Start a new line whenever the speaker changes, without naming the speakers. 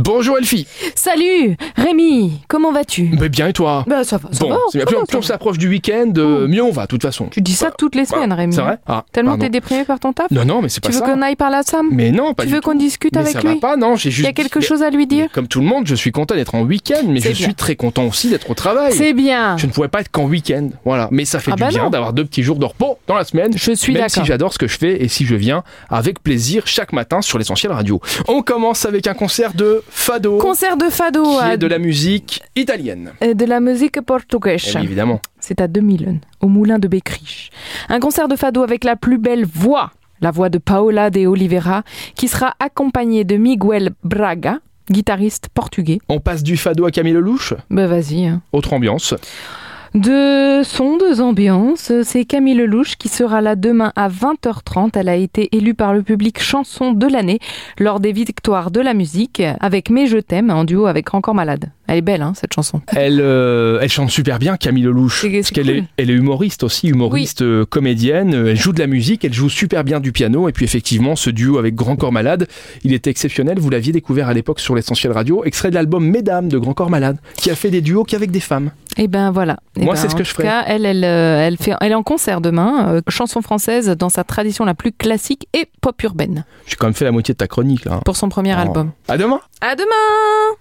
Bonjour Elfie
Salut Rémi, comment vas-tu
Mais bien et toi
Bah ça va, ça
Bon,
va,
c'est bien.
ça
Plus,
va,
plus
ça
on
va. Oh.
s'approche du week-end, euh, mieux on va, de toute façon.
Tu dis ça toutes les semaines Rémi.
C'est vrai Ah,
Tellement
pardon.
t'es déprimé par ton taf
Non, non, mais c'est pas
Tu veux
ça.
qu'on aille par là Sam
Mais non, pas
Tu
du
veux
tout.
qu'on discute
Mais
avec
ça va
lui
pas, non, j'ai
Il
juste...
y a quelque
mais-
chose à lui
mais
dire
Comme tout le monde, je suis content d'être en week-end, mais je
C'est bien.
suis très content aussi d'être au travail.
C'est bien
Je ne pouvais pas être qu'en week-end, voilà. Mais ça fait
Ah
du
bah non.
bien d'avoir deux petits jours de repos dans la semaine.
Je suis
Même si
d'accord.
j'adore ce que je fais et si je viens avec plaisir chaque matin sur l'essentiel radio. On commence avec un concert de Fado,
Concert de
qui
Fado à-
est de la musique italienne.
euh, de la musique
Eh
portugaise.
oui, évidemment.
C'est à 2001, au Moulin de Bécriche. Un concert de fado avec la plus belle voix, la voix de Paola de Oliveira, qui sera accompagnée de Miguel Braga, guitariste portugais.
On passe du Fado à Camille Lelouch,
Bah vas-y. hein.
autre ambiance.
De son, de ambiance, c'est Camille Lelouch qui sera là demain à 20h30. Elle a été élue par le public chanson de l'année lors des victoires de la musique avec Mais je t'aime en duo avec Encore Malade. Elle est belle, hein, cette chanson.
Elle, euh, elle chante super bien, Camille Lelouch.
C'est- c'est
Parce qu'elle
cool.
est, elle est humoriste aussi, humoriste euh, comédienne. euh, Elle joue de la musique, elle joue super bien du piano. Et puis effectivement, ce duo avec Grand Corps Malade, il était exceptionnel. Vous l'aviez découvert à l'époque sur l'essentiel radio, extrait de l'album Mesdames de Grand Corps Malade, qui a fait des duos qu'avec des femmes.
Eh ben voilà. Eh
Moi,
ben,
c'est ce
en
que je
tout
ferais.
cas, elle, elle, euh, elle fait, elle est en concert demain, euh, chanson française dans sa tradition la plus classique et pop urbaine
J'ai quand même fait la moitié de ta chronique là. hein.
pour son premier
Oh.
album.
À demain.
À demain